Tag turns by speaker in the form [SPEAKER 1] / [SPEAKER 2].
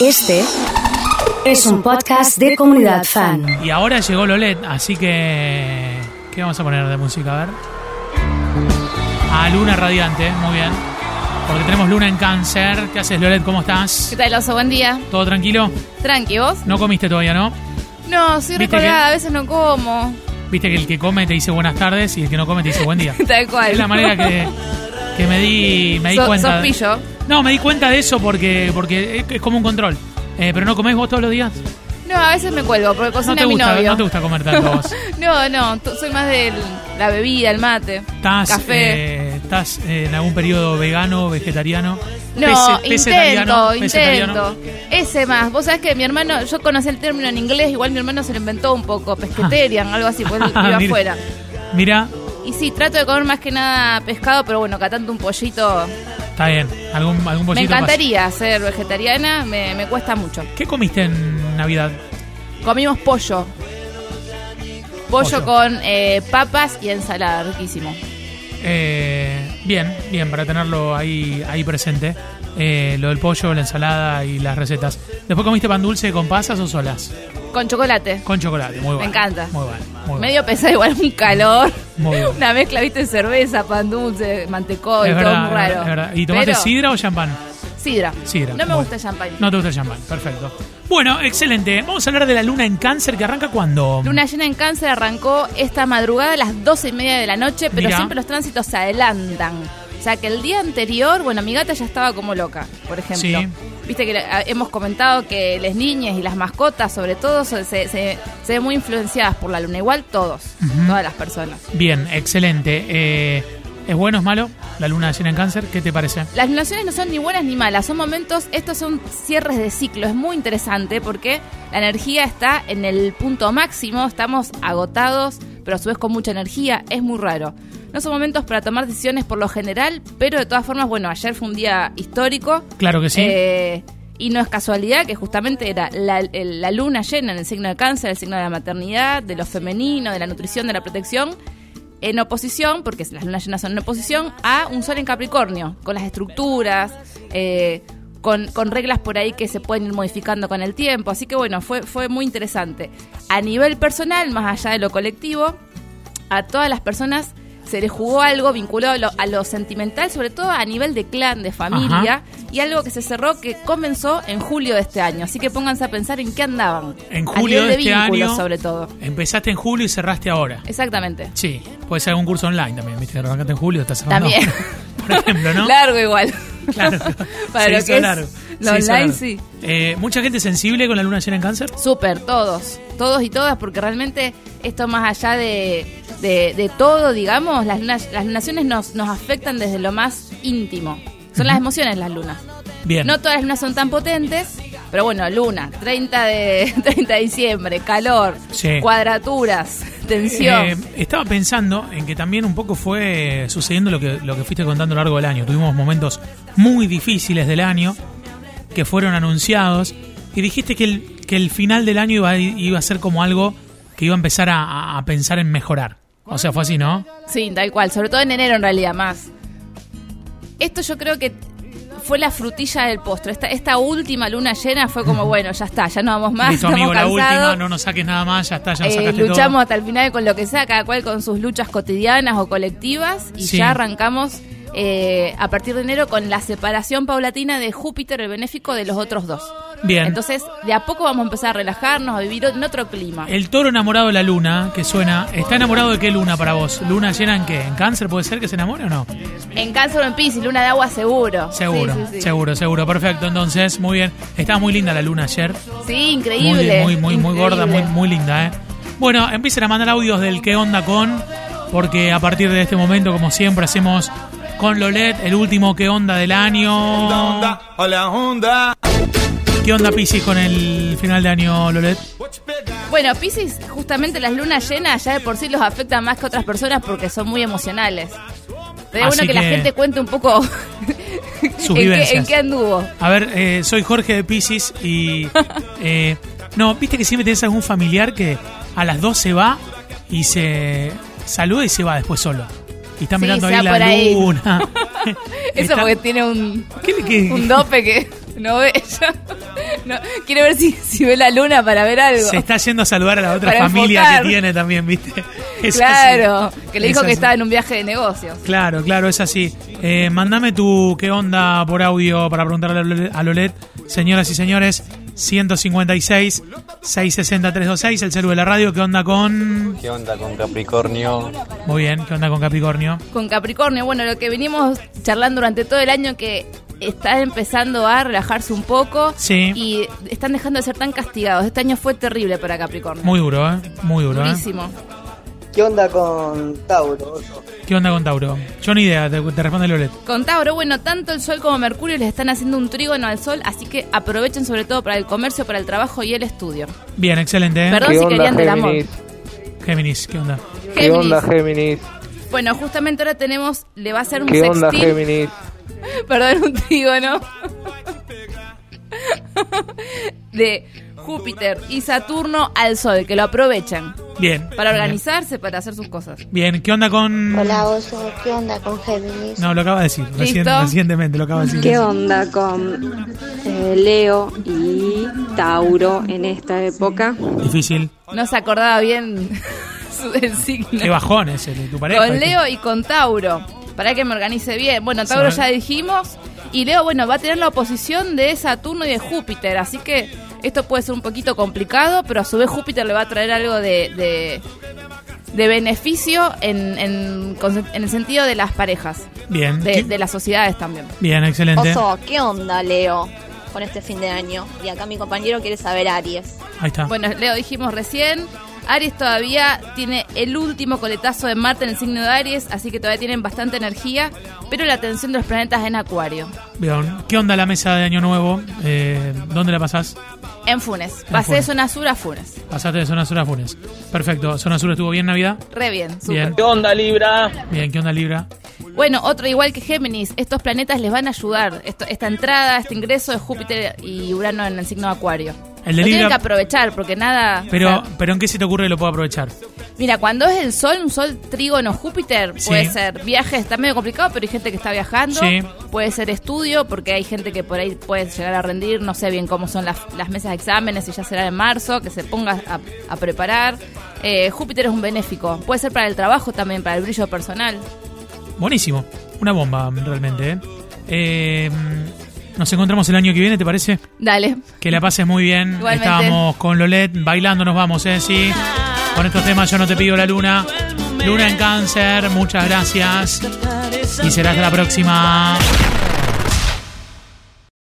[SPEAKER 1] Este es un podcast de comunidad fan.
[SPEAKER 2] Y ahora llegó Lolet, así que. ¿Qué vamos a poner de música? A ver. A Luna Radiante, muy bien. Porque tenemos Luna en cáncer. ¿Qué haces, Lolet? ¿Cómo
[SPEAKER 3] ¿Qué
[SPEAKER 2] estás?
[SPEAKER 3] tal, Oso? Buen día.
[SPEAKER 2] ¿Todo tranquilo?
[SPEAKER 3] Tranqui, ¿vos?
[SPEAKER 2] No comiste todavía, ¿no?
[SPEAKER 3] No, soy
[SPEAKER 2] ¿Viste
[SPEAKER 3] recolgada,
[SPEAKER 2] que-
[SPEAKER 3] a veces no como.
[SPEAKER 2] Viste que el que come te dice buenas tardes y el que no come te dice buen día.
[SPEAKER 3] Tal cual.
[SPEAKER 2] Es la manera que, que me di, me di
[SPEAKER 3] So-
[SPEAKER 2] cuenta.
[SPEAKER 3] sos pillo.
[SPEAKER 2] No, me di cuenta de eso porque, porque es, es como un control. Eh, pero no comés vos todos los días.
[SPEAKER 3] No, a veces me cuelgo porque cocina
[SPEAKER 2] No te
[SPEAKER 3] mi
[SPEAKER 2] gusta,
[SPEAKER 3] novio.
[SPEAKER 2] no te gusta comer tanto vos.
[SPEAKER 3] no, no, t- soy más de la bebida, el mate,
[SPEAKER 2] ¿Estás,
[SPEAKER 3] café.
[SPEAKER 2] eh, ¿Estás eh, en algún periodo vegano, vegetariano?
[SPEAKER 3] no,
[SPEAKER 2] Pese-
[SPEAKER 3] intento,
[SPEAKER 2] pesetariano,
[SPEAKER 3] intento.
[SPEAKER 2] pesetariano.
[SPEAKER 3] Ese más. Vos sabés que mi hermano, yo conocí el término en inglés, igual mi hermano se lo inventó un poco, pesqueterian, algo así, pues él
[SPEAKER 2] Ah,
[SPEAKER 3] vive
[SPEAKER 2] mira.
[SPEAKER 3] afuera.
[SPEAKER 2] Mira,
[SPEAKER 3] Y sí, trato de comer más que nada pescado, pero bueno, catando un pollito.
[SPEAKER 2] está bien. Algún, algún
[SPEAKER 3] me
[SPEAKER 2] pollito
[SPEAKER 3] encantaría ser vegetariana, me, me cuesta mucho.
[SPEAKER 2] pasa. ¿Qué comiste en Navidad?
[SPEAKER 3] Comimos pollo. Pollo,
[SPEAKER 2] Pollo.
[SPEAKER 3] con eh, papas y ensalada, riquísimo.
[SPEAKER 2] Eh, bien, bien, para tenerlo ahí, ahí presente. Eh, lo del pollo, la ensalada y las recetas. ¿Después comiste pan dulce con pasas o solas?
[SPEAKER 3] Con chocolate.
[SPEAKER 2] Con chocolate, muy bueno.
[SPEAKER 3] encanta.
[SPEAKER 2] Muy bueno, muy bueno.
[SPEAKER 3] Medio pesado, igual un calor.
[SPEAKER 2] Muy bien.
[SPEAKER 3] Una mezcla, viste, cerveza, pan dulce, mantecón,
[SPEAKER 2] Es
[SPEAKER 3] todo
[SPEAKER 2] verdad,
[SPEAKER 3] muy
[SPEAKER 2] es verdad,
[SPEAKER 3] raro.
[SPEAKER 2] es verdad. ¿Y tomaste
[SPEAKER 3] Pero-
[SPEAKER 2] sidra o champán?
[SPEAKER 3] Sidra.
[SPEAKER 2] Sidra.
[SPEAKER 3] No me
[SPEAKER 2] Muy
[SPEAKER 3] gusta el
[SPEAKER 2] bien.
[SPEAKER 3] champán.
[SPEAKER 2] No te gusta el champán, perfecto. Bueno, excelente. Vamos a hablar de la luna en cáncer que arranca cuando.
[SPEAKER 3] Luna llena en cáncer arrancó esta madrugada a las doce y media de la noche, pero
[SPEAKER 2] Mirá.
[SPEAKER 3] siempre los tránsitos se adelantan. O sea que el día anterior, bueno, mi gata ya estaba como loca, por ejemplo.
[SPEAKER 2] Sí.
[SPEAKER 3] Viste que ah, hemos comentado que las niñas y las mascotas, sobre todo, se, se, se- se ven muy influenciadas por la luna. Igual todos, todas las personas.
[SPEAKER 2] Bien, excelente. Eh, ¿Es bueno, es malo? La luna llena en cáncer, ¿qué te parece?
[SPEAKER 3] Las lunaciones no son ni buenas ni malas, son momentos, estos son cierres de ciclo, es muy interesante porque la energía está en el punto máximo, estamos agotados, pero a su vez con mucha energía, es muy raro. No son momentos para tomar decisiones por lo general, pero de todas formas, bueno, ayer fue un día histórico.
[SPEAKER 2] Claro que sí.
[SPEAKER 3] Eh, y no es casualidad que justamente era la, el- la luna llena en el signo de cáncer, el signo de la maternidad, de lo femenino, de la nutrición, de la protección, en oposición, porque las lunas llenas son en oposición, a un sol en Capricornio, con las estructuras, eh, con, con reglas por ahí que se pueden ir modificando con el tiempo. Así que bueno, fue, fue muy interesante. A nivel personal, más allá de lo colectivo, a todas las personas se les jugó algo vinculado a lo, a lo sentimental, sobre todo a nivel de clan, de familia, y algo que se cerró que comenzó en julio de este año. Así que pónganse a pensar en qué andaban.
[SPEAKER 2] en
[SPEAKER 3] A
[SPEAKER 2] julio
[SPEAKER 3] nivel
[SPEAKER 2] de este
[SPEAKER 3] vínculos,
[SPEAKER 2] año.
[SPEAKER 3] sobre todo.
[SPEAKER 2] Empezaste en julio y cerraste ahora.
[SPEAKER 3] Exactamente.
[SPEAKER 2] Sí, puede ser algún curso online también, ¿viste? Arrancaste en julio, estás cerrando.
[SPEAKER 3] También.
[SPEAKER 2] Por ejemplo, ¿no?
[SPEAKER 3] Largo igual.
[SPEAKER 2] Claro.
[SPEAKER 3] Para
[SPEAKER 2] Se
[SPEAKER 3] lo
[SPEAKER 2] hizo
[SPEAKER 3] que es
[SPEAKER 2] largo.
[SPEAKER 3] lo
[SPEAKER 2] Se hizo
[SPEAKER 3] online,
[SPEAKER 2] largo.
[SPEAKER 3] sí.
[SPEAKER 2] Eh, ¿Mucha gente sensible con la luna llena en cáncer?
[SPEAKER 3] Súper, todos, todos y todas, porque realmente esto más allá de, de- de todo, digamos, las, lunas- las lunaciones nos, nos afectan desde lo más íntimo. Son las emociones las lunas.
[SPEAKER 2] Bien.
[SPEAKER 3] No todas las lunas son tan potentes, pero bueno, luna, 30 de, 30 de diciembre, calor,
[SPEAKER 2] Sí.
[SPEAKER 3] cuadraturas, tensión.
[SPEAKER 2] Eh, estaba pensando en que también un poco fue sucediendo lo que, lo que fuiste contando a lo largo del año. Tuvimos momentos muy difíciles del año que fueron anunciados y dijiste que el, que el final del año iba, a- iba a ser como algo que iba a empezar a, a pensar en mejorar. O sea, fue así, ¿no?
[SPEAKER 3] Sí, tal cual, sobre todo en enero en realidad más. Esto yo creo que fue la frutilla del postre. Esta, esta última luna llena fue como, bueno, ya está, ya no vamos más,
[SPEAKER 2] Listo,
[SPEAKER 3] estamos
[SPEAKER 2] amigo, la
[SPEAKER 3] cansados.
[SPEAKER 2] última, no nos saques nada más, ya está, ya nos
[SPEAKER 3] Eh,
[SPEAKER 2] sacaste
[SPEAKER 3] luchamos
[SPEAKER 2] todo.
[SPEAKER 3] hasta el final con lo que sea, cada cual con sus luchas cotidianas o colectivas y
[SPEAKER 2] Sí.
[SPEAKER 3] ya arrancamos eh, a partir de enero con la separación paulatina de Júpiter, el benéfico, de los otros dos.
[SPEAKER 2] Bien.
[SPEAKER 3] Entonces, de a poco vamos a empezar a relajarnos, a vivir en otro clima.
[SPEAKER 2] El toro enamorado de la luna, que suena, ¿está enamorado de qué luna para vos? ¿Luna llena en qué? ¿En cáncer puede ser que se enamore o no?
[SPEAKER 3] En cáncer o en piscis, luna de agua seguro.
[SPEAKER 2] Seguro,
[SPEAKER 3] Sí, sí, sí.
[SPEAKER 2] seguro, seguro. Perfecto, entonces, muy bien. Estaba muy linda la luna ayer.
[SPEAKER 3] Sí,
[SPEAKER 2] Muy,
[SPEAKER 3] increíble.
[SPEAKER 2] muy, muy, muy gorda, muy,
[SPEAKER 3] increíble.
[SPEAKER 2] muy linda, ¿eh? Bueno, empiecen a mandar audios del qué onda con, porque a partir de este momento, como siempre, hacemos con Lolet el último qué onda del año.
[SPEAKER 4] Honda, hola Honda.
[SPEAKER 2] ¿Qué onda, Piscis, con el final de año, Lolet?
[SPEAKER 3] Bueno, Piscis, justamente las lunas llenas ya de por sí los afectan más que otras personas porque son muy emocionales. Pero
[SPEAKER 2] Así
[SPEAKER 3] bueno que, la
[SPEAKER 2] que-
[SPEAKER 3] gente cuente un poco en,
[SPEAKER 2] Sus
[SPEAKER 3] qué, en
[SPEAKER 2] vivencias.
[SPEAKER 3] qué anduvo.
[SPEAKER 2] A ver, eh, soy Jorge de Pisces y... eh, no, viste que siempre tenés algún familiar que a las 2 se va y se saluda y se va después solo. Y está
[SPEAKER 3] Sí,
[SPEAKER 2] mirando
[SPEAKER 3] se
[SPEAKER 2] ahí
[SPEAKER 3] va
[SPEAKER 2] la
[SPEAKER 3] por ahí.
[SPEAKER 2] luna.
[SPEAKER 3] Eso
[SPEAKER 2] Está-
[SPEAKER 3] porque tiene un,
[SPEAKER 2] ¿Qué le- qué-
[SPEAKER 3] un dope que no ve ella. No, quiere ver si, si ve la luna para ver algo.
[SPEAKER 2] Se está yendo a saludar a la otra
[SPEAKER 3] Para
[SPEAKER 2] familia
[SPEAKER 3] enfocar.
[SPEAKER 2] que tiene también, ¿viste? Es
[SPEAKER 3] claro,
[SPEAKER 2] así.
[SPEAKER 3] que le
[SPEAKER 2] Es
[SPEAKER 3] dijo que
[SPEAKER 2] así.
[SPEAKER 3] estaba en un viaje de negocios.
[SPEAKER 2] Claro, claro, es así. Eh, mandame tu qué onda por audio para preguntarle a Lolet- a Lolet. Señoras y señores, 156 660 326, el celu de la radio. ¿Qué onda con.?
[SPEAKER 4] ¿Qué onda con Capricornio?
[SPEAKER 2] Muy bien, ¿qué onda con Capricornio?
[SPEAKER 3] Con Capricornio, bueno, lo que venimos charlando durante todo el año que están empezando a relajarse un poco
[SPEAKER 2] Sí.
[SPEAKER 3] y están dejando de ser tan castigados. Este año fue terrible para Capricornio.
[SPEAKER 2] Muy duro, ¿eh? Muy duro, ¿eh?
[SPEAKER 3] Durísimo.
[SPEAKER 5] ¿Qué onda con Tauro? Oso?
[SPEAKER 2] ¿Qué onda con Tauro? Yo ni idea, te, te responde Lolet.
[SPEAKER 3] Con Tauro, bueno, tanto el Sol como Mercurio les están haciendo un trígono al Sol, así que aprovechen sobre todo para el comercio, para el trabajo y el estudio.
[SPEAKER 2] Bien, excelente. ¿eh?
[SPEAKER 3] Perdón
[SPEAKER 6] ¿Qué
[SPEAKER 3] si
[SPEAKER 6] onda,
[SPEAKER 3] querían del amor.
[SPEAKER 6] Géminis?
[SPEAKER 2] Géminis, ¿qué onda?
[SPEAKER 6] ¿Qué onda,
[SPEAKER 3] Géminis.
[SPEAKER 6] Géminis?
[SPEAKER 3] Bueno, justamente ahora tenemos, le va a hacer un
[SPEAKER 6] ¿Qué onda,
[SPEAKER 3] sextil.
[SPEAKER 6] Géminis?
[SPEAKER 3] Perdón, un trígono. De Júpiter y Saturno al Sol, que lo aprovechan
[SPEAKER 2] Bien.
[SPEAKER 3] para
[SPEAKER 2] bien.
[SPEAKER 3] organizarse, para hacer sus cosas.
[SPEAKER 2] Bien, ¿qué onda con.?
[SPEAKER 7] Hola Oso, ¿qué onda con Géminis?
[SPEAKER 2] No, lo acaba de decir, recién-
[SPEAKER 3] ¿Listo?
[SPEAKER 2] recientemente lo acaba de decir.
[SPEAKER 8] ¿Qué onda con eh, Leo y Tauro en esta época?
[SPEAKER 2] Difícil.
[SPEAKER 3] No se acordaba bien su- el signo.
[SPEAKER 2] Qué bajón es el de tu pareja.
[SPEAKER 3] Con Leo y con Tauro. Para que me organice bien. Bueno, Tauro
[SPEAKER 2] Sí.
[SPEAKER 3] ya dijimos. Y Leo, bueno, va a tener la oposición de Saturno y de Júpiter. Así que esto puede ser un poquito complicado, pero a su vez Júpiter le va a traer algo de, de, de beneficio en, en, conse- en el sentido de las parejas,
[SPEAKER 2] Bien.
[SPEAKER 3] de,
[SPEAKER 2] ¿qué-
[SPEAKER 3] de las sociedades también.
[SPEAKER 2] Bien, excelente.
[SPEAKER 7] Oso, ¿qué onda Leo con este fin de año? Y acá mi compañero quiere saber Aries.
[SPEAKER 2] Ahí está.
[SPEAKER 3] Bueno, Leo dijimos recién. Aries todavía tiene el último coletazo de Marte en el signo de Aries, así que todavía tienen bastante energía, pero la atención de los planetas en Acuario.
[SPEAKER 2] Bien. ¿Qué onda la mesa de Año Nuevo? Eh, ¿Dónde la pasás?
[SPEAKER 3] En Funes. Pasé de
[SPEAKER 2] Funes.
[SPEAKER 3] zona sur a Funes.
[SPEAKER 2] Pasaste de Zona Sur a Funes. Perfecto. ¿Zona Sur estuvo bien Navidad?
[SPEAKER 3] Re bien,
[SPEAKER 2] Bien.
[SPEAKER 3] súper.
[SPEAKER 2] ¿Qué onda Libra? Bien, ¿qué onda Libra?
[SPEAKER 3] Bueno, otro igual que Géminis, estos planetas les van a ayudar. Esto- esta entrada, este ingreso de Júpiter y Urano en el signo de Acuario.
[SPEAKER 2] El de
[SPEAKER 3] Lo tienen
[SPEAKER 2] Libra-
[SPEAKER 3] que aprovechar porque nada.
[SPEAKER 2] Pero,
[SPEAKER 3] o sea,
[SPEAKER 2] pero ¿en qué se te ocurre que lo puedo aprovechar?
[SPEAKER 3] mira, cuando es el sol, un sol trígono Júpiter,
[SPEAKER 2] Sí.
[SPEAKER 3] puede ser viajes, está medio complicado, pero hay gente que está viajando.
[SPEAKER 2] Sí.
[SPEAKER 3] Puede ser estudio, porque hay gente que por ahí puede llegar a rendir, no sé bien cómo son las, las mesas de exámenes, si ya será en marzo, que se ponga a, a preparar. Eh, Júpiter es un benéfico. Puede ser para el trabajo también, para el brillo personal.
[SPEAKER 2] Buenísimo. Una bomba, realmente. ¿eh? Eh, nos encontramos el año que viene, ¿te parece?
[SPEAKER 3] Dale.
[SPEAKER 2] Que la pases muy bien.
[SPEAKER 3] Igualmente.
[SPEAKER 2] Estábamos con Lolet bailando, nos vamos, ¿eh? Sí. Con estos temas yo no te pido la luna. Luna en cáncer, muchas gracias. Y será hasta la próxima.